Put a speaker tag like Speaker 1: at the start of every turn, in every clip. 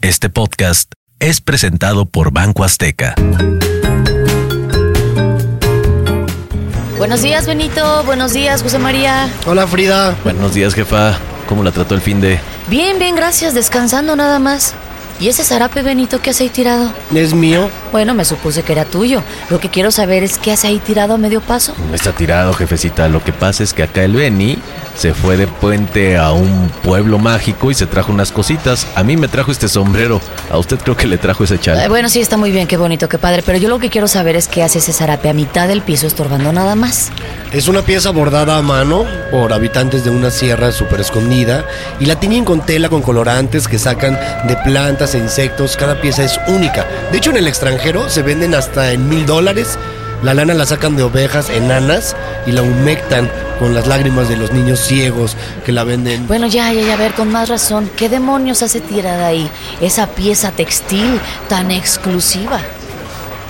Speaker 1: Este podcast es presentado por Banco Azteca.
Speaker 2: Buenos días, Benito. Buenos días, José María.
Speaker 3: Hola Frida.
Speaker 4: Buenos días, jefa. ¿Cómo la trató el fin de...?
Speaker 2: Bien, bien, gracias. Descansando nada más. ¿Y ese zarape, Benito, que has ahí tirado?
Speaker 3: ¿Es mío?
Speaker 2: Bueno, me supuse que era tuyo. Lo que quiero saber es qué has ahí tirado a medio paso.
Speaker 4: No está tirado, jefecita. Lo que pasa es que acá el Beni se fue de puente a un pueblo mágico y se trajo unas cositas. A mí me trajo este sombrero. A usted creo que le trajo ese chal.
Speaker 2: Eh, bueno, sí, está muy bien, qué bonito, qué padre. Pero yo lo que quiero saber es qué hace ese zarape a mitad del piso estorbando nada más.
Speaker 3: Es una pieza bordada a mano por habitantes de una sierra súper escondida y la tiñen con tela con colorantes que sacan de plantas e insectos. Cada pieza es única. De hecho, en el extranjero se venden hasta en mil dólares. La lana la sacan de ovejas enanas y la humectan con las lágrimas de los niños ciegos que la venden.
Speaker 2: Bueno, ya, ya, ya, a ver, con más razón, ¿qué demonios hace tirada ahí esa pieza textil tan exclusiva?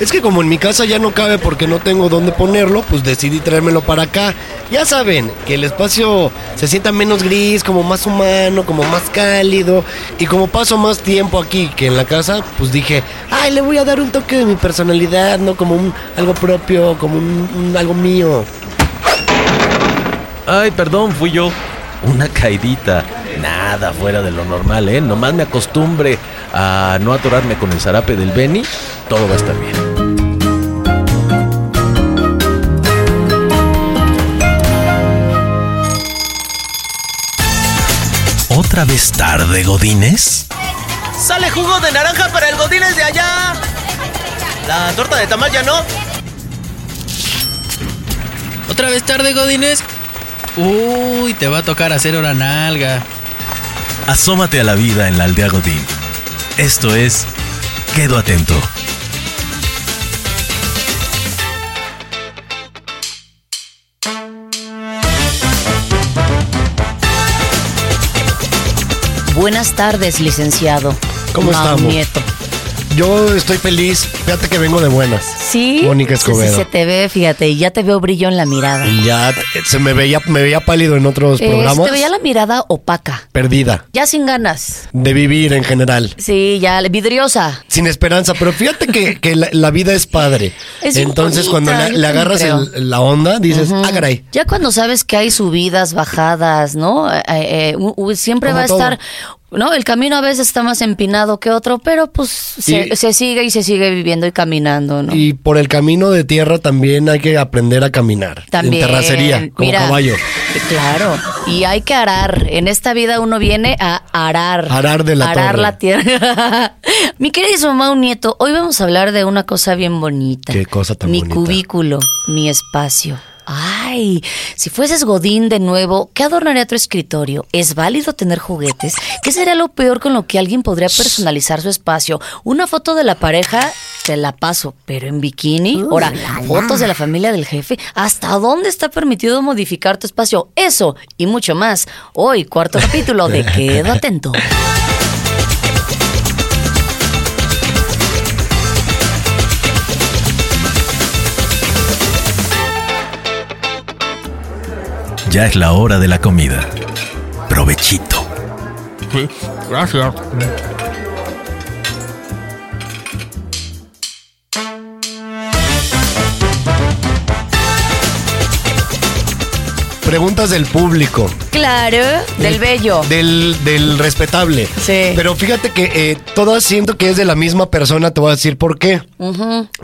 Speaker 3: Es que como en mi casa ya no cabe porque no tengo dónde ponerlo, pues decidí traérmelo para acá. Ya saben, que el espacio se sienta menos gris, como más humano, como más cálido. Y como paso más tiempo aquí que en la casa, pues dije, ay, le voy a dar un toque de mi personalidad, ¿no? Como un algo propio, como un, un algo mío.
Speaker 4: Ay, perdón, fui yo. Una caidita. Nada fuera de lo normal, ¿eh? Nomás me acostumbre a no atorarme con el zarape del Beni, todo va a estar bien.
Speaker 1: ¿Otra vez tarde, Godines?
Speaker 5: Sale jugo de naranja para el Godínez de allá. La torta de tamal ya no.
Speaker 6: ¿Otra vez tarde, Godines? Uy, te va a tocar hacer hora nalga.
Speaker 1: Asómate a la vida en la aldea Godín. Esto es Quedo Atento.
Speaker 2: Buenas tardes, licenciado.
Speaker 3: ¿Cómo
Speaker 2: Mau
Speaker 3: estamos?
Speaker 2: Nieto.
Speaker 3: Yo estoy feliz. Fíjate que vengo de buenas.
Speaker 2: Sí.
Speaker 3: Mónica
Speaker 2: Sí, sí,
Speaker 3: Escobedo.
Speaker 2: se te ve, fíjate, y ya te veo brillo en la mirada.
Speaker 3: Ya eh, se me veía, me veía pálido en otros
Speaker 2: Eh, se
Speaker 3: programas.
Speaker 2: te veía la mirada opaca.
Speaker 3: Perdida.
Speaker 2: Ya sin ganas.
Speaker 3: De vivir en general.
Speaker 2: Sí, ya vidriosa.
Speaker 3: sin esperanza, pero fíjate que, que la, la vida es padre.
Speaker 2: Es bien
Speaker 3: Entonces
Speaker 2: bonita,
Speaker 3: cuando le,
Speaker 2: yo
Speaker 3: le
Speaker 2: también
Speaker 3: agarras el- la onda, dices, ah, caray.
Speaker 2: Ya cuando sabes que hay subidas, bajadas, ¿no? Eh, eh, u- u- siempre
Speaker 3: Como
Speaker 2: va a
Speaker 3: todo.
Speaker 2: estar, ¿no? El camino a veces está más empinado que otro, pero pues se,
Speaker 3: Y-
Speaker 2: se sigue y se sigue viviendo y caminando, ¿no?
Speaker 3: Y por el camino de tierra también hay que aprender a caminar.
Speaker 2: También.
Speaker 3: En terracería, como
Speaker 2: mira,
Speaker 3: caballo.
Speaker 2: Claro. Y hay que arar. En esta vida uno viene a arar.
Speaker 3: Arar de la
Speaker 2: Arar
Speaker 3: torre.
Speaker 2: la tierra. Mi querido Mau Nieto, hoy vamos a hablar de una cosa bien bonita.
Speaker 3: Qué cosa tan
Speaker 2: Mi
Speaker 3: bonita.
Speaker 2: cubículo, mi espacio. Ay, si fueses Godín de nuevo, ¿qué adornaría tu escritorio? ¿Es válido tener juguetes? ¿Qué sería lo peor con lo que alguien podría personalizar su espacio? Una foto de la pareja, te la paso, pero en bikini. Ahora, fotos de la familia del jefe. ¿Hasta dónde está permitido modificar tu espacio? Eso y mucho más. Hoy, cuarto capítulo de Quedo Atento.
Speaker 1: Ya es la hora de la comida. Provechito.
Speaker 7: Sí, gracias.
Speaker 3: Preguntas del público,
Speaker 2: Claro, del bello.
Speaker 3: del, del respetable.
Speaker 2: Sí.
Speaker 3: Pero fíjate que eh, todas siento que es de la misma persona, te voy a decir por qué.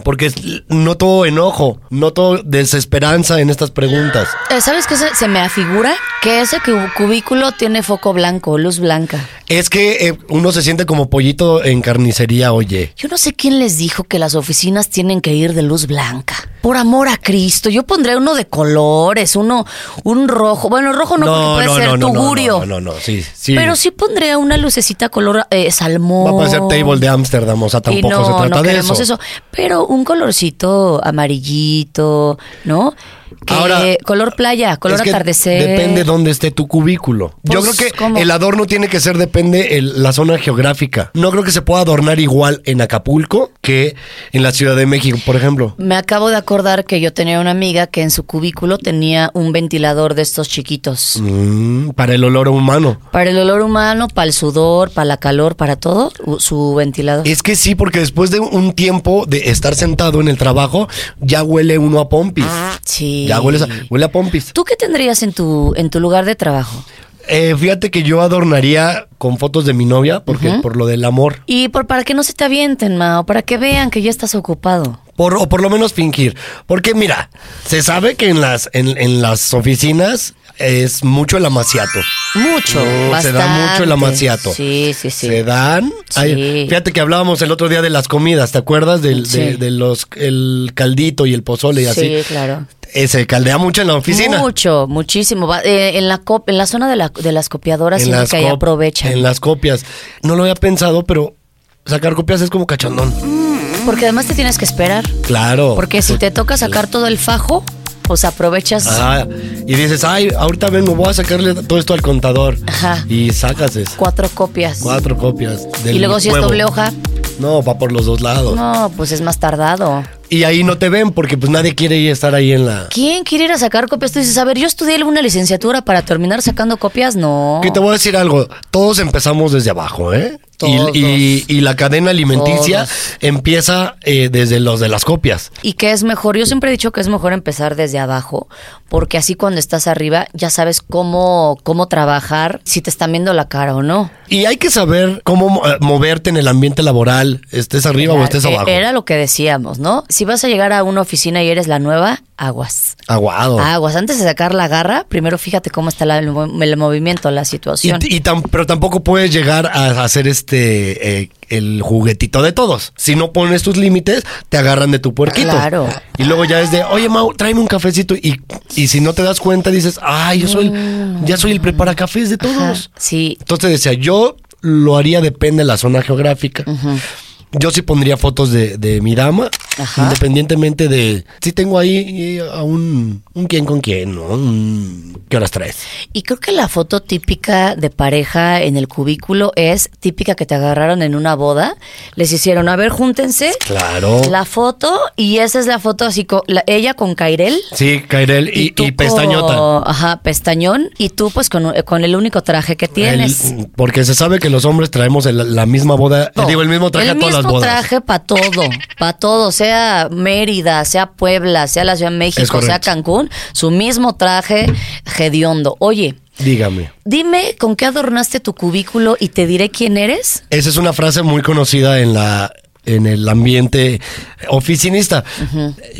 Speaker 3: Porque es- noto enojo, noto desesperanza en estas preguntas.
Speaker 2: Eh, ¿Sabes qué se, se me afigura? Que ese cu- cubículo tiene foco blanco, luz blanca.
Speaker 3: Es que eh, uno se siente como pollito en carnicería, oye.
Speaker 2: Yo no sé quién les dijo que las oficinas tienen que ir de luz blanca. Por amor a Cristo, yo pondré uno de colores, uno, un rojo. Bueno, rojo no, porque puede ser tugurio.
Speaker 3: No, no, no, no, sí, sí.
Speaker 2: Pero sí pondría una lucecita color eh, salmón.
Speaker 3: Va a parecer table de Ámsterdam, o sea,
Speaker 2: Y
Speaker 3: tampoco
Speaker 2: no,
Speaker 3: se
Speaker 2: no
Speaker 3: trata de
Speaker 2: queremos
Speaker 3: eso.
Speaker 2: eso. Pero un colorcito amarillito, ¿no? que
Speaker 3: Ahora,
Speaker 2: color playa, color
Speaker 3: Es que
Speaker 2: atardecer.
Speaker 3: Depende dónde esté tu cubículo. Yo creo
Speaker 2: Pues,
Speaker 3: que
Speaker 2: ¿cómo?
Speaker 3: el adorno tiene que ser, depende el- la zona geográfica. No creo que se pueda adornar igual en Acapulco que en la Ciudad de México, por ejemplo.
Speaker 2: Me acabo de acordar que yo tenía una amiga que en su cubículo tenía un ventilador de estos chiquitos.
Speaker 3: Mm, para el olor humano.
Speaker 2: Para el olor humano, para el sudor, para la calor, para todo, u- su ventilador.
Speaker 3: Es que sí, porque después de un tiempo de estar sentado en el trabajo, ya huele uno a pompis.
Speaker 2: Ah, Sí.
Speaker 3: Ya huele a, huele a pompis.
Speaker 2: ¿Tú qué tendrías en tu, en tu lugar de trabajo?
Speaker 3: Eh, fíjate que yo adornaría con fotos de mi novia, porque por lo del amor.
Speaker 2: Y por, para que no se te avienten, Mao, para que vean que ya estás ocupado.
Speaker 3: Por, o por lo menos fingir. Porque mira, se sabe que en las, en, en las oficinas es mucho el amaciato.
Speaker 2: Mucho.
Speaker 3: No, se da
Speaker 2: bastante.
Speaker 3: mucho el amaciato.
Speaker 2: Sí, sí, sí.
Speaker 3: Se dan. Ay,
Speaker 2: Sí.
Speaker 3: fíjate que hablábamos el otro día de las comidas, ¿te acuerdas? Del, de,
Speaker 2: Sí.
Speaker 3: de los el caldito y el pozole y así.
Speaker 2: Sí, claro.
Speaker 3: Eh, se caldea mucho en la oficina.
Speaker 2: Mucho, muchísimo. Va- eh, en, la cop- en la zona de, la- de las copiadoras
Speaker 3: En
Speaker 2: siento
Speaker 3: las
Speaker 2: que ahí
Speaker 3: cop-
Speaker 2: aprovechan.
Speaker 3: En las copias. No lo había pensado, pero sacar copias es como cachondón.
Speaker 2: Porque además te tienes que esperar.
Speaker 3: Claro.
Speaker 2: Porque si te toca sacar todo el fajo, pues aprovechas.
Speaker 3: Ah, y dices, ay, ahorita ven, me voy a sacarle todo esto al contador.
Speaker 2: Ajá.
Speaker 3: Y sacas eso.
Speaker 2: cuatro copias.
Speaker 3: Cuatro copias. del
Speaker 2: y luego si
Speaker 3: huevo.
Speaker 2: es doble hoja,
Speaker 3: No, va por los dos lados.
Speaker 2: no, pues es más tardado.
Speaker 3: Y ahí no te ven porque pues nadie quiere ir a estar ahí en la...
Speaker 2: ¿Quién quiere ir a sacar copias? Tú dices, a ver, yo estudié alguna licenciatura para terminar sacando copias. No.
Speaker 3: Que te voy a decir algo, todos empezamos desde abajo, ¿eh? Y-
Speaker 2: Todos.
Speaker 3: Y, y la cadena alimenticia
Speaker 2: Todos.
Speaker 3: empieza eh, desde los de las copias.
Speaker 2: Y que es mejor, yo siempre he dicho que es mejor empezar desde abajo, porque así cuando estás arriba ya sabes cómo, cómo trabajar, si te están viendo la cara o no.
Speaker 3: Y hay que saber cómo mo- eh, moverte en el ambiente laboral, estés arriba o
Speaker 2: Era- eh,
Speaker 3: estés abajo.
Speaker 2: Era lo que decíamos, ¿no? Si vas a llegar a una oficina y eres la nueva, aguas.
Speaker 3: Aguado.
Speaker 2: Aguas. Antes de sacar la garra, primero fíjate cómo está la- el, mo- el movimiento, la
Speaker 3: Y,
Speaker 2: situación.
Speaker 3: y tam- pero tampoco puedes llegar a hacer este eh, el juguetito de todos. Si no pones tus límites, te agarran de tu puerquito.
Speaker 2: Claro.
Speaker 3: Y luego ya es de, oye Mau, tráeme un cafecito. Y, y si no te das cuenta, dices, ay, yo soy el- ya soy el preparacafés de todos.
Speaker 2: Mm. Ajá, sí.
Speaker 3: Entonces decía, yo lo haría depende de la zona geográfica. Yo sí pondría fotos de, de mi dama,
Speaker 2: Ajá.
Speaker 3: independientemente de si tengo ahí eh, a un, un quién con quién, ¿no? Un, ¿Qué horas traes?
Speaker 2: Y creo que la foto típica de pareja en el cubículo es típica que te agarraron en una boda. Les hicieron, a ver, júntense.
Speaker 3: Claro.
Speaker 2: La foto, y esa es la foto así, co- la- ella con Cairel.
Speaker 3: Sí, Cairel y,
Speaker 2: tú
Speaker 3: y pestañota.
Speaker 2: con- ajá, pestañón. Y tú, pues, con, con el único traje que tienes.
Speaker 3: El- porque se sabe que los hombres traemos el- la misma boda,
Speaker 2: Todo.
Speaker 3: digo, el mismo traje a todas las
Speaker 2: mismo
Speaker 3: bodas.
Speaker 2: traje para todo, para todo, sea Mérida, sea Puebla, sea la Ciudad de
Speaker 3: Es
Speaker 2: México, sea
Speaker 3: correcto.
Speaker 2: Cancún, su mismo traje hediondo. Oye,
Speaker 3: Dígame.
Speaker 2: dime con qué adornaste tu cubículo y te diré quién eres.
Speaker 3: Esa es una frase muy conocida en la en el ambiente oficinista.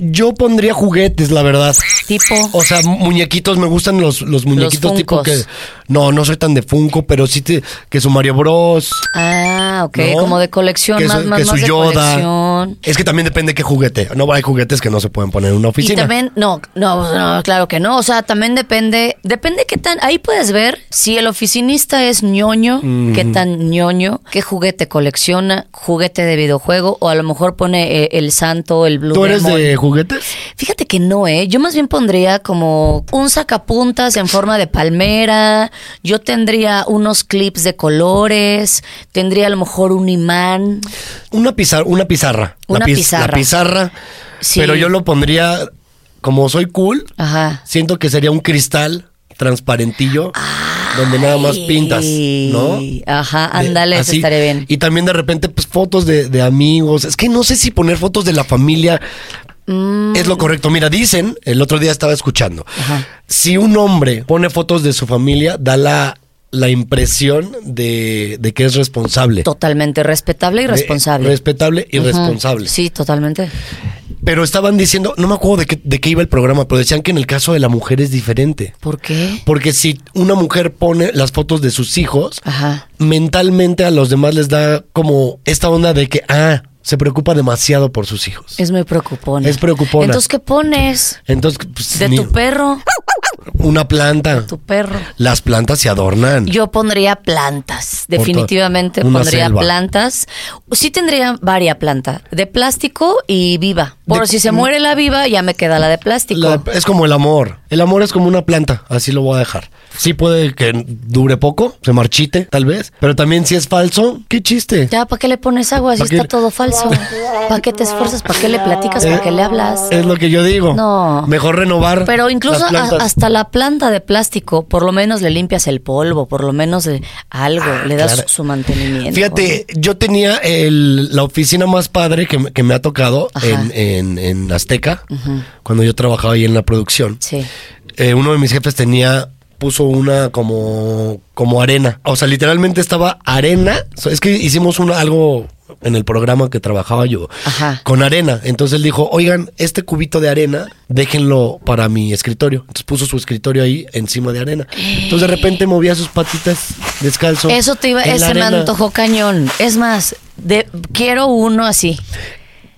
Speaker 3: Yo pondría juguetes, la verdad.
Speaker 2: Tipo.
Speaker 3: O sea, mu- muñequitos, me gustan los, los muñequitos tipo que...
Speaker 2: Funkos.
Speaker 3: No, no soy tan de Funko, pero sí te- que su Mario Bros.
Speaker 2: Ah, ok,
Speaker 3: ¿no?
Speaker 2: como de colección,
Speaker 3: Que su-
Speaker 2: más, más,
Speaker 3: que su
Speaker 2: más de
Speaker 3: Yoda.
Speaker 2: colección.
Speaker 3: Es que también depende qué juguete. No hay juguetes que no se pueden poner en una
Speaker 2: Y
Speaker 3: oficina.
Speaker 2: también, no, no, no, claro que no. O sea, también depende, depende qué tan. Ahí puedes ver si el oficinista es ñoño, qué tan ñoño, qué juguete colecciona, juguete de videojuego, o a lo mejor pone eh, el santo, el blue.
Speaker 3: ¿Tú eres
Speaker 2: Demon.
Speaker 3: de juguetes?
Speaker 2: Fíjate que no, ¿eh? Yo más bien pondría como un sacapuntas en forma de palmera. Yo tendría unos clips de colores. Tendría a lo mejor un imán.
Speaker 3: Una pizarra, una pizarra. La
Speaker 2: Una
Speaker 3: piz- La
Speaker 2: pizarra.
Speaker 3: pizarra.
Speaker 2: Sí.
Speaker 3: Pero yo lo pondría, como soy cool,
Speaker 2: Ajá.
Speaker 3: siento que sería un cristal transparentillo donde nada más pintas, ¿no?
Speaker 2: Ay, Ajá,
Speaker 3: De-
Speaker 2: Ah, ándale, eso
Speaker 3: así.
Speaker 2: estaría bien.
Speaker 3: Y también de repente, pues fotos de, de amigos. Es que no sé si poner fotos de la familia es lo correcto. Mira, dicen, el otro día estaba escuchando,
Speaker 2: Mm. Ajá.
Speaker 3: si un hombre pone fotos de su familia, da la, la impresión de, de que es responsable.
Speaker 2: Totalmente respetable y
Speaker 3: De-
Speaker 2: responsable.
Speaker 3: respetable y
Speaker 2: Ujú.
Speaker 3: responsable.
Speaker 2: Sí, totalmente.
Speaker 3: Pero estaban diciendo, no me acuerdo de qué, de qué iba el programa, pero decían que en el caso de la mujer es diferente.
Speaker 2: ¿Por qué?
Speaker 3: Porque si una mujer pone las fotos de sus hijos,
Speaker 2: Ajá.
Speaker 3: mentalmente a los demás les da como esta onda de que, ah, se preocupa demasiado por sus hijos.
Speaker 2: Es muy preocupona.
Speaker 3: Es preocupona.
Speaker 2: Entonces, ¿qué pones?
Speaker 3: Entonces, pues,
Speaker 2: ¿De
Speaker 3: ni-
Speaker 2: tu perro?
Speaker 3: una planta.
Speaker 2: tu perro.
Speaker 3: Las plantas se adornan.
Speaker 2: Yo pondría plantas,
Speaker 3: to-
Speaker 2: definitivamente
Speaker 3: una
Speaker 2: pondría
Speaker 3: selva.
Speaker 2: plantas. Sí tendría varias plantas, de plástico y viva. Por
Speaker 3: De-
Speaker 2: si se muere la viva, ya me queda la de plástico.
Speaker 3: La- es como el amor. El amor es como una planta, así lo voy a dejar. Sí puede que dure poco, se marchite, tal vez. Pero también si es falso, qué chiste.
Speaker 2: Ya, ¿para qué le pones agua si
Speaker 3: ¿Pa' qué?
Speaker 2: está todo falso? ¿Para qué te esfuerzas? ¿Para qué le platicas?
Speaker 3: Eh,
Speaker 2: ¿Para qué le hablas?
Speaker 3: Es lo que yo digo.
Speaker 2: No.
Speaker 3: Mejor renovar.
Speaker 2: Pero incluso
Speaker 3: las
Speaker 2: a-
Speaker 3: plantas.
Speaker 2: hasta la planta de plástico, por lo menos le limpias el polvo, por lo menos le- algo, le das
Speaker 3: Ah, claro.
Speaker 2: su mantenimiento.
Speaker 3: Fíjate, yo tenía el- la oficina más padre que, me- que me ha tocado
Speaker 2: Ajá.
Speaker 3: en, en- en Azteca, cuando yo trabajaba ahí en la producción.
Speaker 2: Sí.
Speaker 3: Eh, uno de mis jefes tenía puso una como como arena, o sea, literalmente estaba arena, So, es que hicimos una, algo en el programa que trabajaba yo
Speaker 2: Ajá.
Speaker 3: con arena, entonces él dijo, "Oigan, este cubito de arena, déjenlo para mi escritorio." Entonces puso su escritorio ahí encima de arena. Entonces de repente movía sus patitas descalzo.
Speaker 2: Eso te iba,
Speaker 3: en la
Speaker 2: ese me
Speaker 3: arena.
Speaker 2: antojó cañón. Es más, de, quiero uno así.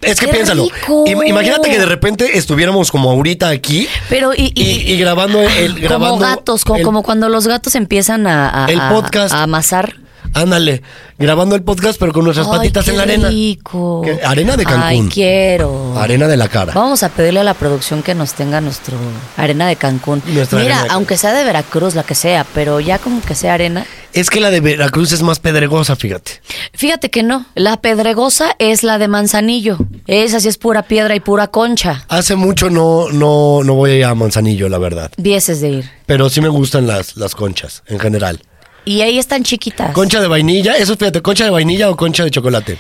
Speaker 3: Es que
Speaker 2: ¡Qué
Speaker 3: piénsalo.
Speaker 2: rico!
Speaker 3: Im- imagínate que de repente estuviéramos como ahorita aquí
Speaker 2: Pero y, y-
Speaker 3: y, y grabando el, el- grabando
Speaker 2: como gatos, como,
Speaker 3: el-
Speaker 2: como cuando los gatos empiezan a, a-
Speaker 3: El
Speaker 2: a-
Speaker 3: podcast.
Speaker 2: a amasar.
Speaker 3: Ándale, grabando el podcast pero con nuestras
Speaker 2: Ay,
Speaker 3: patitas
Speaker 2: qué
Speaker 3: en la arena.
Speaker 2: rico.
Speaker 3: Que- arena de
Speaker 2: Ay,
Speaker 3: Cancún.
Speaker 2: quiero.
Speaker 3: Arena de la cara.
Speaker 2: Vamos a pedirle a la producción que nos tenga nuestro arena de Cancún.
Speaker 3: Nuestra
Speaker 2: Mira,
Speaker 3: arena de
Speaker 2: aunque sea de Veracruz, la que sea, pero ya como que sea arena.
Speaker 3: Es que la de Veracruz es más pedregosa, fíjate.
Speaker 2: Fíjate que no. La pedregosa es la de Manzanillo. Esa sí es pura piedra y pura concha.
Speaker 3: Hace mucho no, no, no voy a Manzanillo, la verdad.
Speaker 2: Vieses de ir.
Speaker 3: Pero sí me gustan las, las conchas, en general.
Speaker 2: Y ahí están chiquitas.
Speaker 3: Concha de vainilla, eso fíjate, concha de vainilla o concha de chocolate.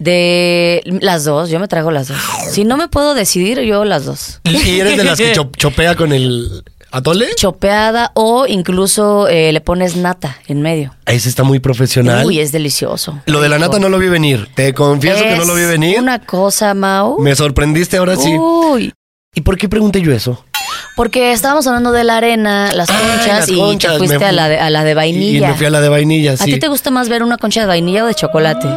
Speaker 2: De las dos, yo me traigo las dos. Si no me puedo decidir, yo las dos.
Speaker 3: ¿Y y eres de las que cho- chopea con el atole?
Speaker 2: Chopeada o incluso eh, le pones nata en medio.
Speaker 3: Ese está muy profesional.
Speaker 2: Uy, es delicioso.
Speaker 3: Lo de la
Speaker 2: Rico.
Speaker 3: nata no lo vi venir. Te confieso que no lo vi
Speaker 2: Es
Speaker 3: venir.
Speaker 2: Una Uh. cosa, Mau.
Speaker 3: Me sorprendiste ahora sí.
Speaker 2: Uy,
Speaker 3: ¿Y por qué pregunté yo eso?
Speaker 2: porque estábamos hablando de la arena, las
Speaker 3: Ay,
Speaker 2: conchas
Speaker 3: las
Speaker 2: y
Speaker 3: conchas,
Speaker 2: te fuiste
Speaker 3: me
Speaker 2: a,
Speaker 3: fu-
Speaker 2: la de, a la de
Speaker 3: Y, y
Speaker 2: vainilla.
Speaker 3: me fui a la de vainilla,
Speaker 2: ¿A
Speaker 3: sí.
Speaker 2: ti te gusta más ver una concha de vainilla o de chocolate?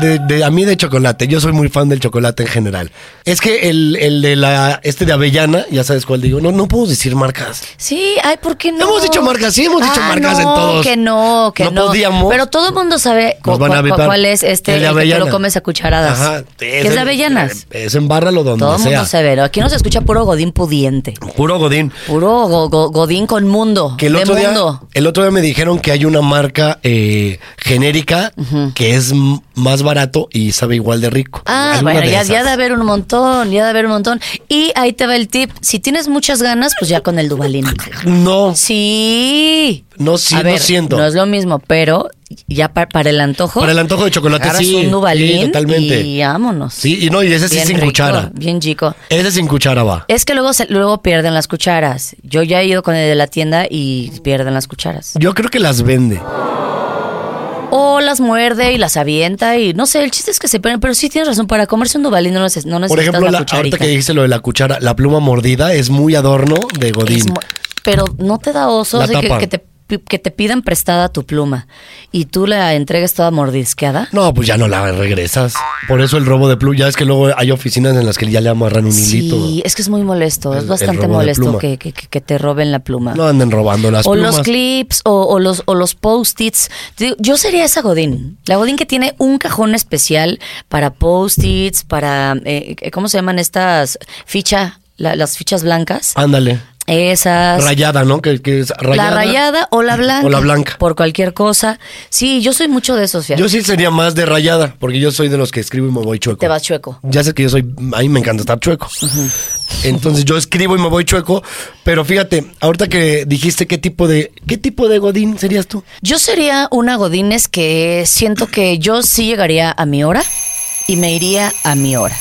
Speaker 3: De, de- a mí de chocolate. Yo soy muy fan del chocolate en general. Es que el, el de la, este de avellana, ya sabes cuál digo. No, no puedo decir marcas.
Speaker 2: Sí, ay, ¿por qué no?
Speaker 3: Hemos dicho marcas, sí, hemos dicho
Speaker 2: Ah, no,
Speaker 3: marcas en todos.
Speaker 2: que no, que
Speaker 3: No
Speaker 2: no.
Speaker 3: podíamos.
Speaker 2: Pero todo el mundo sabe cu-
Speaker 3: Nos van a
Speaker 2: cu- cu-
Speaker 3: vetar.
Speaker 2: cuál es este,
Speaker 3: El de
Speaker 2: el que te
Speaker 3: avellana.
Speaker 2: lo comes a cucharadas.
Speaker 3: Ajá. eh,
Speaker 2: ¿Qué es de avellanas?
Speaker 3: Es embárralo donde
Speaker 2: todo el
Speaker 3: sea.
Speaker 2: mundo sabe, pero aquí no se escucha puro godín pudiente.
Speaker 3: Puro Godín.
Speaker 2: Puro go- go- godín con mundo,
Speaker 3: Que el
Speaker 2: de
Speaker 3: otro, día,
Speaker 2: mundo.
Speaker 3: el otro día me dijeron que hay una marca eh, genérica que es m- más barato y sabe igual de rico.
Speaker 2: Ah,
Speaker 3: Alguna
Speaker 2: bueno, ya,
Speaker 3: esas.
Speaker 2: ya de haber un montón, ya de haber un montón. Y ahí te va el tip. Si tienes muchas ganas, pues ya con el Dubalín.
Speaker 3: No,
Speaker 2: Sí.
Speaker 3: no, sí,
Speaker 2: a
Speaker 3: no
Speaker 2: ver,
Speaker 3: siento.
Speaker 2: No es lo mismo, pero ya pa- para el antojo.
Speaker 3: Para el antojo de chocolate,
Speaker 2: agarras
Speaker 3: sí,
Speaker 2: un Dubalín
Speaker 3: sí, totalmente.
Speaker 2: Y vámonos.
Speaker 3: Sí, y no, y ese sí
Speaker 2: Bien
Speaker 3: sin
Speaker 2: rico,
Speaker 3: cuchara.
Speaker 2: Bien chico.
Speaker 3: Ese sin cuchara va.
Speaker 2: Es que luego, se- luego pierden las cucharas. Yo ya he ido con el de la tienda y pierden las cucharas.
Speaker 3: Yo creo que las vende.
Speaker 2: O las muerde y las avienta y no sé, el chiste es que se pierden. Pero sí tienes razón, para comerse un Dubalín no, neces- no necesitas
Speaker 3: Por ejemplo,
Speaker 2: la,
Speaker 3: la,
Speaker 2: cucharita.
Speaker 3: ahorita que dijiste lo de la cuchara, la pluma mordida es muy adorno de
Speaker 2: Es
Speaker 3: Godín.
Speaker 2: mu- pero no te da oso
Speaker 3: La
Speaker 2: o sea, que,
Speaker 3: tapa.
Speaker 2: que te, pi- que te pidan prestada tu pluma y tú la entregues toda mordisqueada.
Speaker 3: No, pues ya no la regresas. Por eso el robo de pluma. Ya es que luego hay oficinas en las que ya le amarran un
Speaker 2: Sí,
Speaker 3: hilito.
Speaker 2: es que es muy molesto,
Speaker 3: El-
Speaker 2: es
Speaker 3: el
Speaker 2: bastante
Speaker 3: robo de pluma.
Speaker 2: molesto que, que- que- que te roben la pluma.
Speaker 3: No anden robando las
Speaker 2: o
Speaker 3: plumas.
Speaker 2: los clips, o, o los, o los post-its. Te digo, Yo sería esa Godín. La Godín que tiene un cajón especial para post-its, para. eh, ¿Cómo se llaman estas? Ficha, la- las fichas blancas.
Speaker 3: Ándale.
Speaker 2: Esas.
Speaker 3: Rayada, ¿no? Que, que es rayada.
Speaker 2: La rayada o la blanca.
Speaker 3: O la blanca.
Speaker 2: Por cualquier cosa. Sí, yo soy mucho de esos, fíjate.
Speaker 3: Yo sí sería más de rayada, porque yo soy de los que escribo y me voy chueco.
Speaker 2: Te vas chueco.
Speaker 3: Ya sé que yo soy, a mí me encanta estar chueco. Entonces yo escribo y me voy chueco, pero fíjate, ahorita que dijiste qué tipo de qué tipo de godín serías tú?
Speaker 2: Yo sería una Godínez que siento que yo sí llegaría a mi hora y me iría a mi hora.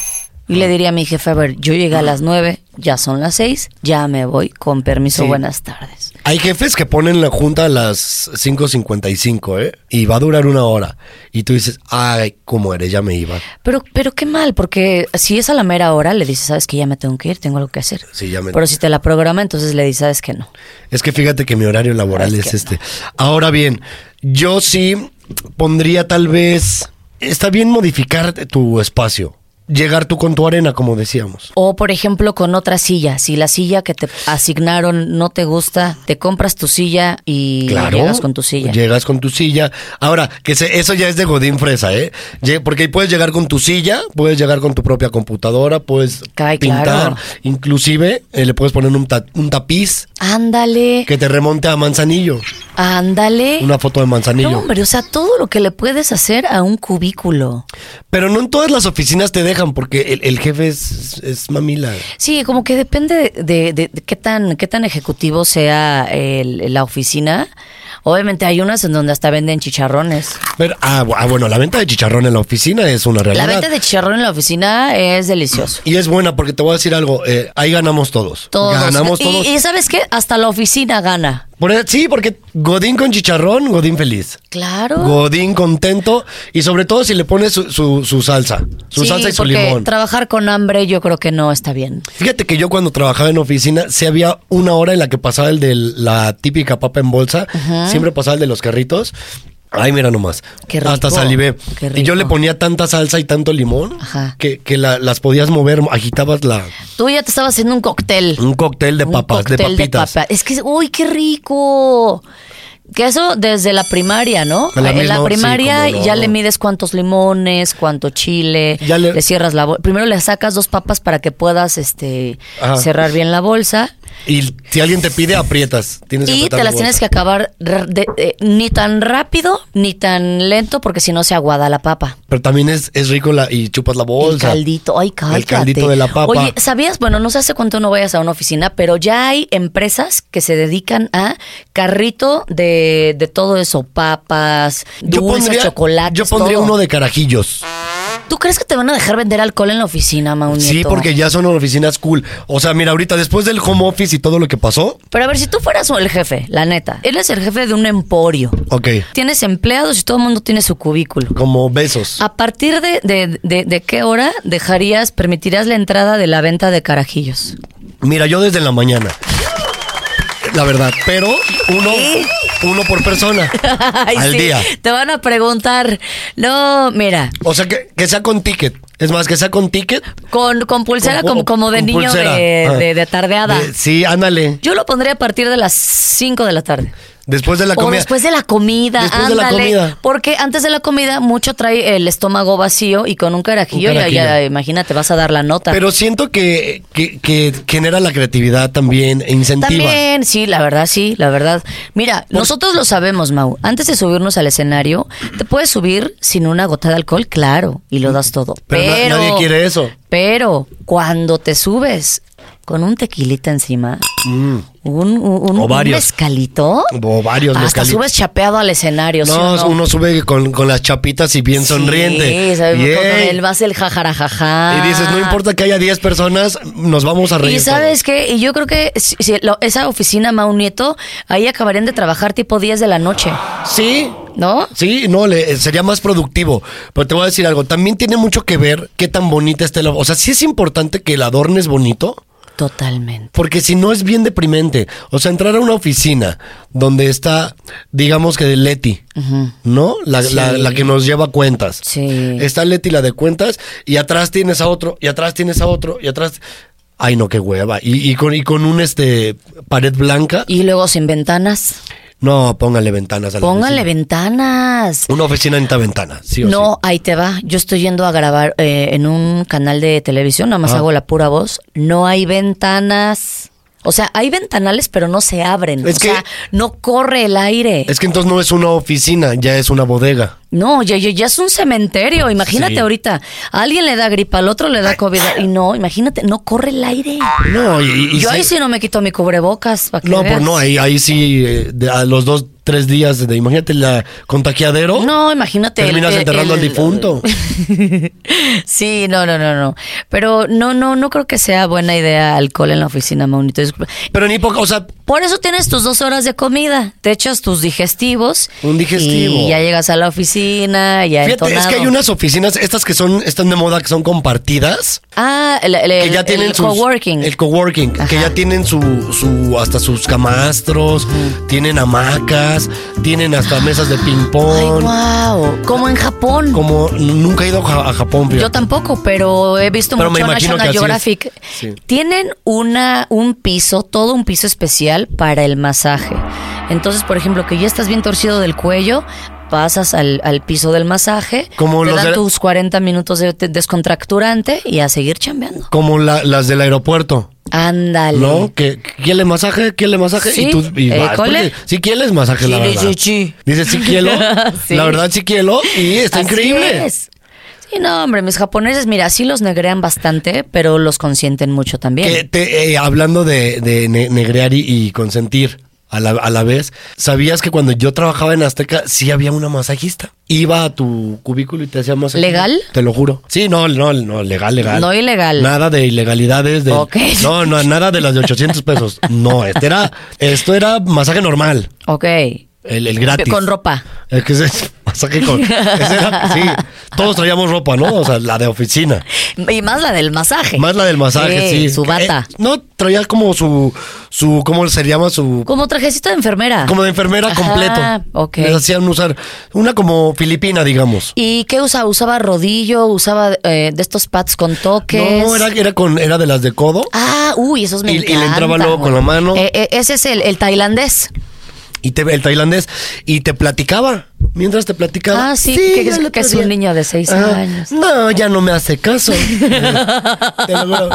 Speaker 2: Y
Speaker 3: Ah.
Speaker 2: le diría a mi jefe, a ver, yo llegué a las nueve, ya son las seis, ya me voy, con permiso,
Speaker 3: Sí.
Speaker 2: buenas tardes.
Speaker 3: Hay jefes que ponen la junta a las 5:55, ¿eh? Y va a durar una hora. Y tú dices, "Ay, cómo eres, ya me iba."
Speaker 2: Pero, pero qué mal, porque si es a la mera hora, le dices, sabes que ya me tengo que ir, tengo algo que hacer.
Speaker 3: Sí, ya me-
Speaker 2: Pero si te la programa, entonces le dices, sabes que no.
Speaker 3: Es que fíjate que mi horario laboral
Speaker 2: Es
Speaker 3: es,
Speaker 2: que
Speaker 3: este. Ahora bien, yo sí pondría tal vez. Está bien modificar tu espacio. llegar tú con tu arena, como decíamos.
Speaker 2: O por ejemplo con otra silla, si la silla que te asignaron no te gusta, te compras tu silla y llegas con tu silla.
Speaker 3: Llegas con tu silla. Ahora, que se- eso ya es de Godín Fresa, ¿eh? Lle- Porque puedes llegar con tu silla, puedes llegar con tu propia computadora, puedes
Speaker 2: Ay,
Speaker 3: pintar.
Speaker 2: claro.
Speaker 3: Inclusive eh, le puedes poner un, ta- un tapiz
Speaker 2: ándale,
Speaker 3: que te remonte a Manzanillo.
Speaker 2: ándale.
Speaker 3: Una foto de Manzanillo.
Speaker 2: No, hombre, o sea, todo lo que le puedes hacer a un cubículo.
Speaker 3: Pero no en todas las oficinas te dejan porque el, el jefe es, es mamila.
Speaker 2: Sí, como que depende de, de- de- de qué tan qué tan ejecutivo sea el- la oficina. Obviamente hay unas en donde hasta venden chicharrones.
Speaker 3: Pero, ah, bu- ah, bueno, la venta de chicharrón en la oficina es una realidad.
Speaker 2: La venta de chicharrón en la oficina es delicioso.
Speaker 3: Y es buena porque te voy a decir algo, eh, ahí ganamos todos.
Speaker 2: Todos.
Speaker 3: Ganamos
Speaker 2: Y-
Speaker 3: todos.
Speaker 2: y sabes qué, hasta la oficina gana.
Speaker 3: Por e- sí, porque Godín con chicharrón, Godín feliz.
Speaker 2: Claro.
Speaker 3: Godín contento y sobre todo si le pones su, su- su salsa, su
Speaker 2: Sí,
Speaker 3: salsa y su
Speaker 2: porque
Speaker 3: limón.
Speaker 2: Trabajar con hambre yo creo que no está bien.
Speaker 3: Fíjate que yo cuando trabajaba en oficina, sí había una hora en la que pasaba el de la típica papa en bolsa, siempre pasaba el de los carritos. Ay, mira nomás.
Speaker 2: Qué rico,
Speaker 3: Hasta salivé.
Speaker 2: qué
Speaker 3: Y
Speaker 2: rico.
Speaker 3: yo le ponía tanta salsa y tanto limón
Speaker 2: Ajá.
Speaker 3: que, que la- las podías mover, agitabas la,
Speaker 2: Tú ya te estabas haciendo un cóctel.
Speaker 3: un cóctel Mm, de
Speaker 2: Un
Speaker 3: papas, de
Speaker 2: cóctel
Speaker 3: papitas.
Speaker 2: papa. Es que, uy, qué rico. Que eso desde la primaria, ¿no?
Speaker 3: A la
Speaker 2: en
Speaker 3: misma-
Speaker 2: la
Speaker 3: sí,
Speaker 2: primaria
Speaker 3: cómo no.
Speaker 2: ya le mides cuántos limones, cuánto chile,
Speaker 3: Ya le-
Speaker 2: le... cierras la bolsa. Primero le sacas dos papas para que puedas este
Speaker 3: Ajá.
Speaker 2: cerrar bien la bolsa
Speaker 3: Y si alguien te pide, aprietas. Tienes que
Speaker 2: y
Speaker 3: apretar
Speaker 2: te
Speaker 3: la
Speaker 2: las
Speaker 3: bolsa.
Speaker 2: tienes que acabar r- de- eh, ni tan rápido ni tan lento porque si no se aguada la papa.
Speaker 3: Pero también es, es rico la, y chupas la bolsa.
Speaker 2: El caldito, ay, cállate.
Speaker 3: El caldito de la papa.
Speaker 2: Oye, ¿sabías? Bueno, no sé hace cuánto no vayas a una oficina, pero ya hay empresas que se dedican a carrito de, de todo eso, papas, dulces, chocolates,
Speaker 3: Yo pondría
Speaker 2: todo.
Speaker 3: uno de carajillos.
Speaker 2: ¿Tú crees que te van a dejar vender alcohol en la oficina, Maunier?
Speaker 3: Sí, porque ya son oficinas cool. O sea, mira, ahorita después del home office y todo lo que pasó,
Speaker 2: Pero a ver, si tú fueras el jefe, la neta, él es el jefe de un emporio.
Speaker 3: ok,
Speaker 2: Tienes empleados y todo el mundo tiene su cubículo.
Speaker 3: como besos.
Speaker 2: ¿A partir de, de- de- de qué hora dejarías, permitirías la entrada de la venta de carajillos?
Speaker 3: Mira, yo desde la mañana. La verdad, pero uno, uno por persona
Speaker 2: Ay,
Speaker 3: al
Speaker 2: sí,
Speaker 3: día.
Speaker 2: Te van a preguntar, no, mira,
Speaker 3: O sea, que, que sea con ticket. Es más, que sea con ticket.
Speaker 2: con, con pulsera
Speaker 3: Con-
Speaker 2: Pues como, como de
Speaker 3: oh, con
Speaker 2: niño
Speaker 3: pulsera.
Speaker 2: de,
Speaker 3: Ah.
Speaker 2: de- de tardeada.
Speaker 3: De- sí, ándale.
Speaker 2: Yo lo pondría a partir de las 5 de la tarde.
Speaker 3: Después de la
Speaker 2: o
Speaker 3: comida.
Speaker 2: después de la comida,
Speaker 3: Después de
Speaker 2: ándale.
Speaker 3: la comida.
Speaker 2: Porque antes de la comida, mucho trae el estómago vacío y con un carajillo,
Speaker 3: Un
Speaker 2: ya- Ya,
Speaker 3: carajillo.
Speaker 2: imagínate, vas a dar la nota.
Speaker 3: Pero siento que, que, que genera la creatividad también e incentiva.
Speaker 2: También, sí, la verdad, sí, la verdad. Mira, nosotros lo sabemos, Mau. Antes de subirnos al escenario, te puedes subir sin una gota de alcohol, claro, y lo das todo.
Speaker 3: Pero na-
Speaker 2: Pero,
Speaker 3: nadie quiere eso.
Speaker 2: Pero cuando te subes con un tequilita encima, un, un, un-
Speaker 3: Mm. O
Speaker 2: un
Speaker 3: varios.
Speaker 2: mezcalito,
Speaker 3: O varios
Speaker 2: hasta
Speaker 3: mezcalitos.
Speaker 2: subes chapeado al escenario. ¿sí
Speaker 3: No,
Speaker 2: o no?
Speaker 3: uno sube con, con las chapitas y bien sonriente.
Speaker 2: Sí, sabes,
Speaker 3: Yay.
Speaker 2: con el vas el jajarajaja.
Speaker 3: Y dices, no importa que haya 10 personas, nos vamos a reír.
Speaker 2: Y sabes qué, y yo creo que si- si lo- esa oficina Mau Nieto, ahí acabarían de trabajar tipo 10 de la noche,
Speaker 3: todos. Sí.
Speaker 2: ¿no?
Speaker 3: Sí, no, le- sería más productivo. Pero te voy a decir algo, también tiene mucho que ver qué tan bonita esté la... O sea, sí es importante que el adorno es bonito,
Speaker 2: Totalmente.
Speaker 3: porque si no es bien deprimente. O sea, entrar a una oficina donde está, digamos que Leti, ¿no? La, la- la que nos lleva cuentas.
Speaker 2: Sí.
Speaker 3: Está Leti la de cuentas y atrás tienes a otro, y atrás tienes a otro, y atrás... Ay, no, qué hueva. Y, y con, y con un, este, pared blanca.
Speaker 2: Y luego sin ventanas,
Speaker 3: No, póngale ventanas a la
Speaker 2: póngale
Speaker 3: oficina.
Speaker 2: ventanas.
Speaker 3: Una oficina necesita ventana, sí o sí.
Speaker 2: No, ahí te va. Yo estoy yendo a grabar eh, en un canal de televisión,
Speaker 3: Ah.
Speaker 2: nada más hago la pura voz. No hay ventanas. O sea, hay ventanales, pero no se abren.
Speaker 3: Es
Speaker 2: o
Speaker 3: que-
Speaker 2: sea, no corre el aire.
Speaker 3: Es que entonces no es una oficina, ya es una bodega.
Speaker 2: No, ya, ya, ya es un cementerio. Imagínate ahorita. A alguien le da gripa, al otro le da COVID. Y no, imagínate, no corre el aire.
Speaker 3: No, y, y- y
Speaker 2: Yo
Speaker 3: sí-
Speaker 2: ahí sí no me quito mi cubrebocas. pa' que
Speaker 3: No, pues
Speaker 2: veas.
Speaker 3: no, ahí, ahí sí, eh, de- a los dos, tres días de, imagínate, la contagiadero.
Speaker 2: No, imagínate. el-
Speaker 3: Terminas
Speaker 2: el-
Speaker 3: enterrando
Speaker 2: el-
Speaker 3: al difunto.
Speaker 2: sí, no, no, no, no. Pero no, no, no creo que sea buena idea alcohol en la oficina, Maunito. Disculpa.
Speaker 3: Pero ni poca, o sea,
Speaker 2: Por eso tienes tus dos horas de comida. Te echas tus digestivos.
Speaker 3: Un digestivo.
Speaker 2: Y ya llegas a la oficina y a
Speaker 3: Fíjate, es
Speaker 2: entonado.
Speaker 3: que hay unas oficinas, estas que son, están de moda, que son compartidas,
Speaker 2: Ah, el, el-
Speaker 3: que ya
Speaker 2: el-
Speaker 3: tienen
Speaker 2: el
Speaker 3: sus-
Speaker 2: coworking.
Speaker 3: El coworking, que
Speaker 2: Ajá.
Speaker 3: ya tienen su, su, hasta sus camastros, tienen hamacas, tienen hasta mesas de ping
Speaker 2: Ah. Ay,
Speaker 3: pong.
Speaker 2: wow. Como en Japón.
Speaker 3: Como nunca he ido a, a Japón, fíjate.
Speaker 2: Yo tampoco, pero he visto
Speaker 3: Pero me
Speaker 2: mucho
Speaker 3: imagino
Speaker 2: National
Speaker 3: que así es.
Speaker 2: Geographic.
Speaker 3: Sí.
Speaker 2: Tienen una, un piso, todo un piso especial para el masaje. Entonces, por ejemplo, que ya estás bien torcido del cuello, pasas al, al piso del masaje,
Speaker 3: Como
Speaker 2: te
Speaker 3: los
Speaker 2: dan
Speaker 3: de-
Speaker 2: tus 40 minutos de, de- descontracturante y a seguir chambeando.
Speaker 3: Como la- las del aeropuerto,
Speaker 2: Ándale.
Speaker 3: ¿no? Que quiere masaje, quiere masaje
Speaker 2: Sí,
Speaker 3: y tú y
Speaker 2: eh,
Speaker 3: vas,
Speaker 2: cole.
Speaker 3: porque sí quieres masaje la
Speaker 2: Sí,
Speaker 3: verdad.
Speaker 2: sí, sí.
Speaker 3: Dice sí quiero,
Speaker 2: Sí.
Speaker 3: la verdad sí quiero y está
Speaker 2: Así
Speaker 3: increíble.
Speaker 2: es. Sí, no, hombre, mis japoneses, mira, sí los negrean bastante, pero los consienten mucho también.
Speaker 3: Que te- eh, hablando de, de ne- negrear y, y consentir a la, a la vez, ¿sabías que cuando yo trabajaba en Azteca sí había una masajista? Iba a tu cubículo y te hacía masaje.
Speaker 2: ¿Legal?
Speaker 3: Te lo juro. Sí, no, no, no, legal, legal.
Speaker 2: No ilegal.
Speaker 3: Nada de ilegalidades. De,
Speaker 2: Ok.
Speaker 3: No, no, nada de las de 800 pesos. No, este era, esto era masaje normal.
Speaker 2: Ok.
Speaker 3: El, el gratis.
Speaker 2: Con ropa.
Speaker 3: Es que ese es masaje con... ese era- sí, todos traíamos ropa, ¿no? O sea, la de oficina.
Speaker 2: Y más la del masaje.
Speaker 3: Más la del masaje, sí.
Speaker 2: Este, Su bata.
Speaker 3: Eh, no, traía como su, su, ¿cómo se llama? Su...
Speaker 2: como trajecito de enfermera.
Speaker 3: Como de enfermera
Speaker 2: ah. Ajá,
Speaker 3: completo.
Speaker 2: ok.
Speaker 3: Les hacían usar una como filipina, digamos.
Speaker 2: ¿Y qué usaba? ¿Usaba rodillo? ¿Usaba eh, de estos pads con toques?
Speaker 3: No, era, era, con, era de las de codo
Speaker 2: Ah, uy, esos me
Speaker 3: Y- y le
Speaker 2: encantan,
Speaker 3: entraba luego con la
Speaker 2: güey.
Speaker 3: mano.
Speaker 2: Eh, eh, ese es el, el tailandés.
Speaker 3: y te, el tailandés y te platicaba. Mientras te platicaba.
Speaker 2: Ah, sí, que
Speaker 3: ya
Speaker 2: es-
Speaker 3: el otro
Speaker 2: que es un
Speaker 3: día.
Speaker 2: niño de seis años.
Speaker 3: No, ya no me hace caso. Te lo juro.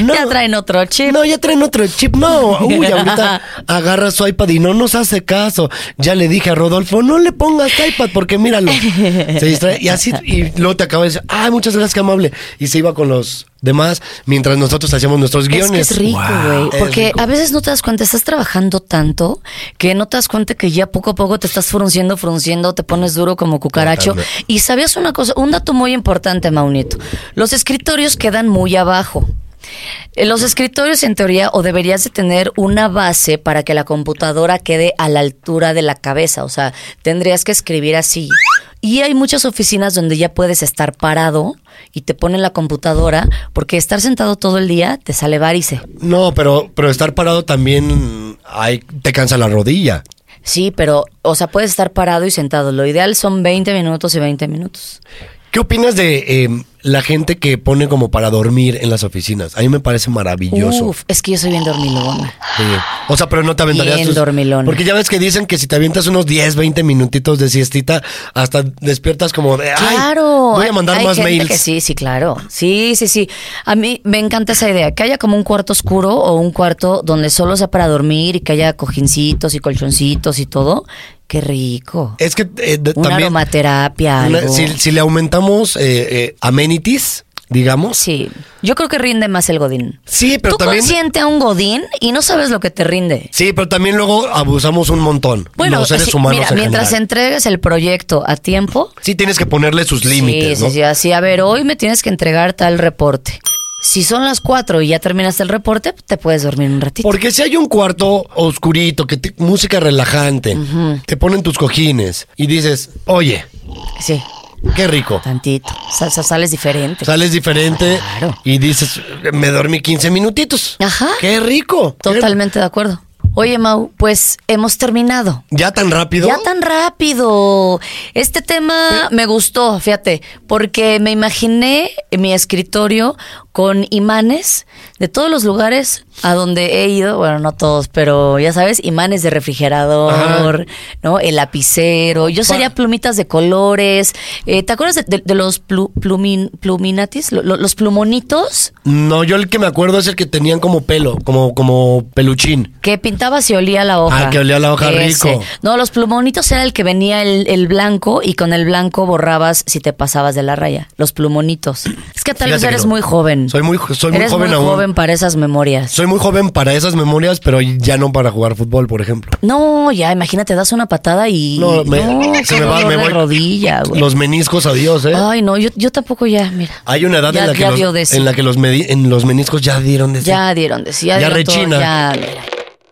Speaker 3: No.
Speaker 2: Ya traen otro chip.
Speaker 3: No, ya traen otro chip. No, uy, ahorita agarra su iPad y no nos hace caso. Ya le dije a Rodolfo, no le pongas iPad porque míralo. Se distrae. Y así, y luego te acaba de decir, ay, muchas gracias, qué amable. Y se iba con los demás mientras nosotros hacíamos nuestros
Speaker 2: Es que
Speaker 3: guiones.
Speaker 2: es rico, güey.
Speaker 3: Es
Speaker 2: porque
Speaker 3: rico.
Speaker 2: a veces no te das cuenta, estás trabajando tanto que no te das cuenta que ya poco a poco te estás frunciendo, frunciendo, te pones duro como cucaracho. Y sabías una cosa, un dato muy importante, Maunito. Los escritorios quedan muy abajo. Eh, Los escritorios en teoría o deberías de tener una base para que la computadora quede a la altura de la cabeza, o sea, tendrías que escribir así. Y hay muchas oficinas donde ya puedes estar parado y te ponen la computadora porque estar sentado todo el día te sale varice.
Speaker 3: No, pero, pero estar parado también ay, te cansa la rodilla.
Speaker 2: Sí, pero, o sea, puedes estar parado y sentado. Lo ideal son 20 minutos y 20 minutos.
Speaker 3: ¿Qué opinas de eh, la gente que pone como para dormir en las oficinas? A mí me parece maravilloso.
Speaker 2: Uf, es que yo soy bien dormilona.
Speaker 3: Sí. O sea, pero no te aventarías
Speaker 2: Bien
Speaker 3: tus-
Speaker 2: dormilona.
Speaker 3: Porque ya ves que dicen que si te avientas unos 10, 20 minutitos de siestita, hasta despiertas como de, ay,
Speaker 2: Claro.
Speaker 3: voy
Speaker 2: hay-
Speaker 3: a mandar
Speaker 2: hay
Speaker 3: más
Speaker 2: gente
Speaker 3: mails.
Speaker 2: que sí, sí, claro. Sí, sí, sí. A mí me encanta esa idea, que haya como un cuarto oscuro o un cuarto donde solo sea para dormir y que haya cojincitos y colchoncitos y todo. Qué rico.
Speaker 3: Es que eh, de-
Speaker 2: Una
Speaker 3: también
Speaker 2: aromaterapia,
Speaker 3: una-
Speaker 2: algo.
Speaker 3: si, si le aumentamos eh, eh, amenities, digamos.
Speaker 2: Sí. Yo creo que rinde más el godín.
Speaker 3: Sí, pero
Speaker 2: Tú
Speaker 3: también
Speaker 2: consiente a un godín y no sabes lo que te rinde.
Speaker 3: Sí, pero también luego abusamos un montón
Speaker 2: Bueno,
Speaker 3: los seres
Speaker 2: sí,
Speaker 3: humanos
Speaker 2: mira,
Speaker 3: en
Speaker 2: mientras
Speaker 3: general.
Speaker 2: entregues el proyecto a tiempo,
Speaker 3: Sí tienes que ponerle sus límites,
Speaker 2: sí,
Speaker 3: ¿no?
Speaker 2: sí, sí, así, a ver, hoy me tienes que entregar tal reporte. Si son las 4 y ya terminaste el reporte, te puedes dormir un ratito.
Speaker 3: Porque si hay un cuarto oscurito, que te- música relajante, te ponen tus cojines y dices, oye,
Speaker 2: Sí,
Speaker 3: qué rico.
Speaker 2: tantito. Sa- sa- sales diferente.
Speaker 3: Sales diferente
Speaker 2: Claro.
Speaker 3: y dices, me dormí 15 minutitos.
Speaker 2: Ajá.
Speaker 3: Qué rico. Qué-
Speaker 2: Totalmente de acuerdo. Oye, Mau, pues hemos terminado.
Speaker 3: ¿Ya tan rápido?
Speaker 2: Ya tan rápido. Este tema me gustó, fíjate, porque me imaginé mi escritorio con imanes de todos los lugares a donde he ido, bueno, no todos, pero ya sabes, imanes de refrigerador, ¿no? El lapicero, yo sería plumitas de colores. Eh, ¿Te acuerdas de, de- de los plu- plumin- pluminatis? Lo- lo- los plumonitos
Speaker 3: No, yo el que me acuerdo es el que tenían como pelo, como, como peluchín.
Speaker 2: que pintabas y olía la hoja.
Speaker 3: Ah, que olía la hoja rico.
Speaker 2: No, los plumonitos era el que venía el, el blanco y con el blanco borrabas si te pasabas de la raya. Los plumonitos. Es que tal vez
Speaker 3: Fíjate que
Speaker 2: eres
Speaker 3: no.
Speaker 2: muy joven.
Speaker 3: Soy muy jo- soy muy
Speaker 2: Eres
Speaker 3: joven aún.
Speaker 2: joven para esas memorias.
Speaker 3: Soy muy joven para esas memorias, pero ya no para jugar fútbol, por ejemplo.
Speaker 2: No, ya, imagínate, das una patada y.
Speaker 3: No, me- se
Speaker 2: qué
Speaker 3: me va-
Speaker 2: dolor
Speaker 3: me
Speaker 2: de
Speaker 3: voy-
Speaker 2: rodilla, güey.
Speaker 3: Los meniscos, adiós, ¿eh?
Speaker 2: Ay, no, yo, yo tampoco ya, mira.
Speaker 3: Hay una edad
Speaker 2: Ah, Ya-
Speaker 3: en la que,
Speaker 2: ya
Speaker 3: los,
Speaker 2: dio de sí.
Speaker 3: en la que los, medi- en los meniscos ya dieron de sí.
Speaker 2: Ya dieron de sí,
Speaker 3: Ya
Speaker 2: dieron todo,
Speaker 3: rechina.
Speaker 2: ya, mira.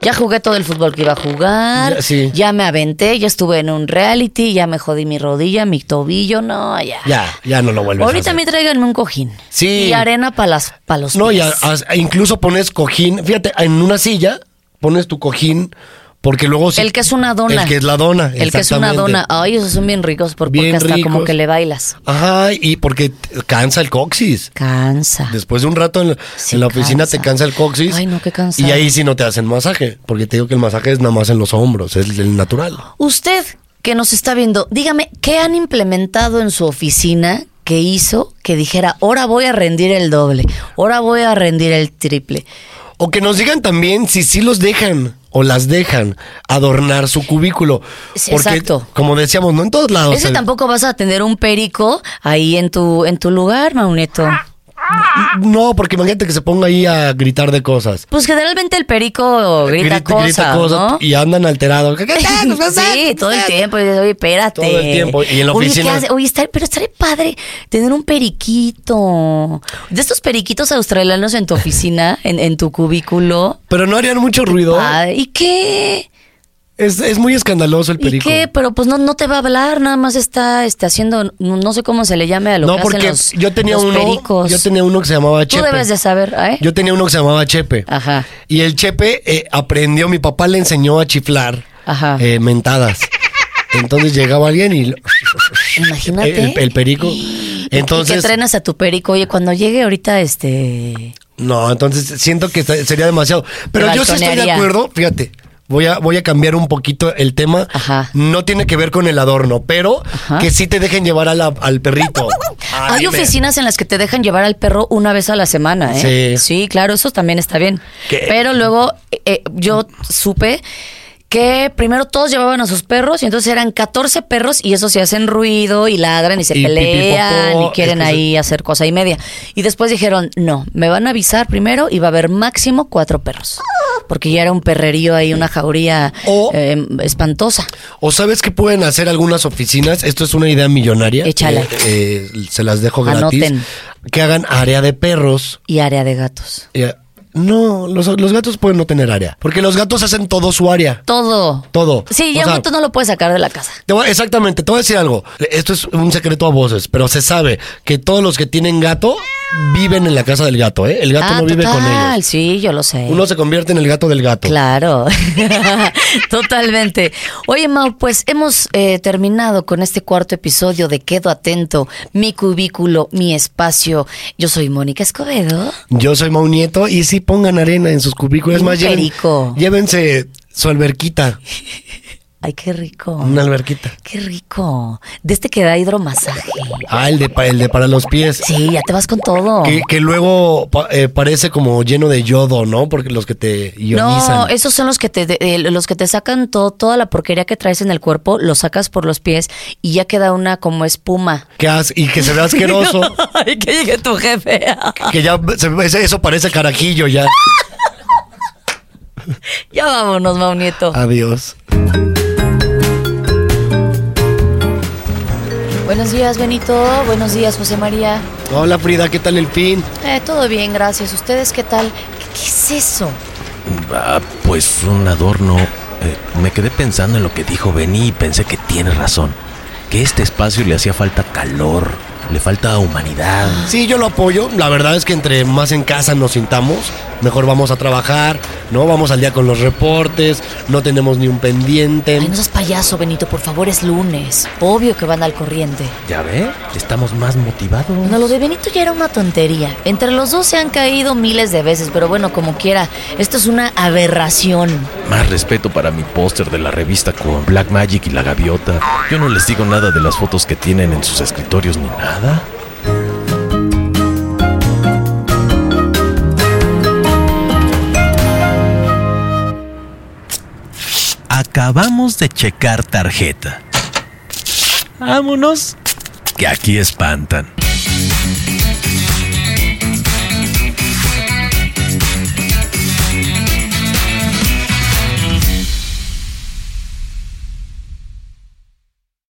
Speaker 2: Ya jugué todo el fútbol que iba a jugar.
Speaker 3: Ya, sí.
Speaker 2: Ya me aventé, ya estuve en un reality, ya me jodí mi rodilla, mi tobillo, no, ya.
Speaker 3: Ya, ya no lo vuelves a
Speaker 2: Ahorita
Speaker 3: hacer.
Speaker 2: me tráiganme un cojín.
Speaker 3: Sí.
Speaker 2: Y arena para pa los
Speaker 3: No, y
Speaker 2: pies.
Speaker 3: a- a- incluso pones cojín, fíjate, en una silla pones tu cojín porque luego... si-
Speaker 2: El que es una dona.
Speaker 3: El que es la dona.
Speaker 2: El que es una
Speaker 3: exactamente.
Speaker 2: dona. Ay, esos son bien ricos por- porque
Speaker 3: Bien
Speaker 2: hasta como
Speaker 3: ricos.
Speaker 2: que le bailas.
Speaker 3: Ajá, y porque te- cansa el coxis.
Speaker 2: Cansa.
Speaker 3: Después de un rato en,
Speaker 2: Sí,
Speaker 3: en la oficina
Speaker 2: cansa.
Speaker 3: te cansa el coxis.
Speaker 2: Ay, no, qué cansado.
Speaker 3: Y ahí sí no te hacen masaje, porque te digo que el masaje es nada más en los hombros, es el natural.
Speaker 2: Usted que nos está viendo, dígame, ¿qué han implementado en su oficina que hizo que dijera, ahora voy a rendir el doble, ahora voy a rendir el triple?
Speaker 3: O que nos digan también si sí los dejan o las dejan adornar su cubículo.
Speaker 2: Sí,
Speaker 3: Porque,
Speaker 2: exacto.
Speaker 3: como decíamos, no en todos lados.
Speaker 2: Ese
Speaker 3: el-
Speaker 2: tampoco vas a tener un perico ahí en tu, en tu lugar, Mauneto.
Speaker 3: No, porque imagínate que se ponga ahí a gritar de cosas.
Speaker 2: Pues generalmente el perico grita,
Speaker 3: Grita-
Speaker 2: cosas,
Speaker 3: grita
Speaker 2: ¿no?
Speaker 3: y andan alterados.
Speaker 2: Sí, todo el tiempo. Y, Oye, espérate.
Speaker 3: Todo el tiempo, y en la
Speaker 2: Oye, ¿qué
Speaker 3: oficina-
Speaker 2: hace? Oye, estar- pero estaría padre tener un periquito. De estos periquitos australianos en tu oficina, en, en tu cubículo.
Speaker 3: Pero no harían mucho ruido.
Speaker 2: Ay, ¿Y qué?
Speaker 3: Es, es muy escandaloso el
Speaker 2: ¿Y
Speaker 3: perico.
Speaker 2: qué? Pero pues no, no te va a hablar, nada más está, está haciendo, no, no sé cómo se le llame a lo
Speaker 3: no,
Speaker 2: que
Speaker 3: porque
Speaker 2: hacen los,
Speaker 3: yo tenía
Speaker 2: los
Speaker 3: uno.
Speaker 2: pericos.
Speaker 3: Yo tenía uno que se llamaba
Speaker 2: Tú
Speaker 3: Chepe.
Speaker 2: debes de Ah. saber, ¿eh?
Speaker 3: Yo tenía uno que se llamaba Chepe.
Speaker 2: Ajá.
Speaker 3: Y el Chepe eh, aprendió, mi papá le enseñó a chiflar
Speaker 2: Ajá.
Speaker 3: eh, mentadas. Entonces llegaba alguien y lo-
Speaker 2: Imagínate.
Speaker 3: el, el perico.
Speaker 2: ¿Y que
Speaker 3: Entonces,
Speaker 2: trenas a tu perico? Oye, cuando llegue ahorita, este...
Speaker 3: no, entonces siento que está- sería demasiado. Pero
Speaker 2: Te
Speaker 3: yo sí estoy de
Speaker 2: balconearía.
Speaker 3: acuerdo, fíjate. Voy a, voy a cambiar un poquito el tema.
Speaker 2: Ajá.
Speaker 3: No tiene que ver con el adorno, pero
Speaker 2: Ajá.
Speaker 3: que sí te dejen llevar a la- al perrito. Ay,
Speaker 2: Hay
Speaker 3: me-
Speaker 2: oficinas en las que te dejan llevar al perro una vez a la semana, ¿eh?
Speaker 3: Sí.
Speaker 2: claro, eso también está bien.
Speaker 3: ¿Qué?
Speaker 2: Pero luego eh, eh, yo supe que primero todos llevaban a sus perros y entonces eran 14 perros y esos se hacen ruido y ladran y se
Speaker 3: Y
Speaker 2: pelean
Speaker 3: pipipopó,
Speaker 2: y quieren
Speaker 3: es que se-
Speaker 2: ahí hacer cosa y media. Y después dijeron, no, me van a avisar primero y va a haber máximo cuatro perros. Porque ya era un perrerío ahí, una jauría
Speaker 3: O-
Speaker 2: eh, espantosa.
Speaker 3: ¿O sabes que pueden hacer algunas oficinas? Esto es una idea millonaria.
Speaker 2: Échala.
Speaker 3: Eh, eh, se las dejo gratis.
Speaker 2: Anoten.
Speaker 3: Que hagan área de perros.
Speaker 2: Y área de gatos.
Speaker 3: Eh, no, los, los gatos pueden no tener área. Porque los gatos hacen todo su área.
Speaker 2: Todo.
Speaker 3: Todo.
Speaker 2: Sí, ya
Speaker 3: O
Speaker 2: un
Speaker 3: sea,
Speaker 2: gato no lo puedes sacar de la casa.
Speaker 3: te voy- exactamente, te voy a decir algo. Esto es un secreto a voces, pero se sabe que todos los que tienen gato viven en la casa del gato, ¿eh? El gato
Speaker 2: ah,
Speaker 3: no vive con
Speaker 2: total,
Speaker 3: ellos.
Speaker 2: Sí, yo lo sé.
Speaker 3: Uno se convierte en el gato del gato.
Speaker 2: Claro, totalmente. Oye, Mau, pues hemos eh, terminado con este cuarto episodio de Quedo Atento, mi cubículo, mi espacio. Yo soy Mónica Escobedo.
Speaker 3: Yo soy Mau Nieto y sí pongan arena en sus cubículos. Es
Speaker 2: Un
Speaker 3: más, lleven-
Speaker 2: perico.
Speaker 3: llévense su alberquita,
Speaker 2: Ay, qué rico.
Speaker 3: una alberquita.
Speaker 2: Qué rico. De este que da hidromasaje.
Speaker 3: Ah, el de, pa- el de para los pies.
Speaker 2: Sí, ya te vas con todo.
Speaker 3: Que, que luego pa- eh, parece como lleno de yodo, ¿no? Porque los que te ionizan.
Speaker 2: No, esos son los que te de- eh, los que te sacan todo, toda la porquería que traes en el cuerpo, lo sacas por los pies y ya queda una como espuma.
Speaker 3: Que as- y que se ve asqueroso.
Speaker 2: Ay, que llegue tu jefe.
Speaker 3: que ya se ve- ese- eso parece carajillo ya.
Speaker 2: ya vámonos, Mau Nieto.
Speaker 3: Ah. Adiós.
Speaker 2: Buenos días, Benito. Buenos días, José María.
Speaker 3: Hola Frida, ¿qué tal el fin?
Speaker 2: Eh, todo bien, gracias. ¿Ustedes qué tal? ¿Qué, qué es eso?
Speaker 4: Ah, pues un adorno. Eh, me quedé pensando en lo que dijo Benny y pensé que tiene razón. Que este espacio le hacía falta calor, le falta humanidad.
Speaker 3: Sí, yo lo apoyo. La verdad es que entre más en casa nos sintamos, mejor vamos a trabajar, ¿no? Vamos al día con los reportes, no tenemos ni un pendiente.
Speaker 2: Ay, no seas payaso, Benito. Por favor, es lunes. Obvio que van al corriente.
Speaker 4: Ya ve, estamos más motivados.
Speaker 2: No, lo de Benito ya era una tontería. Entre los dos se han caído miles de veces, pero bueno, como quiera, esto es una aberración.
Speaker 4: Más respeto para mi póster de la revista con Black Magic y la gaviota. Yo no les digo nada de las fotos que tienen en sus escritorios ni nada.
Speaker 1: Acabamos de checar tarjeta. Vámonos, que aquí espantan.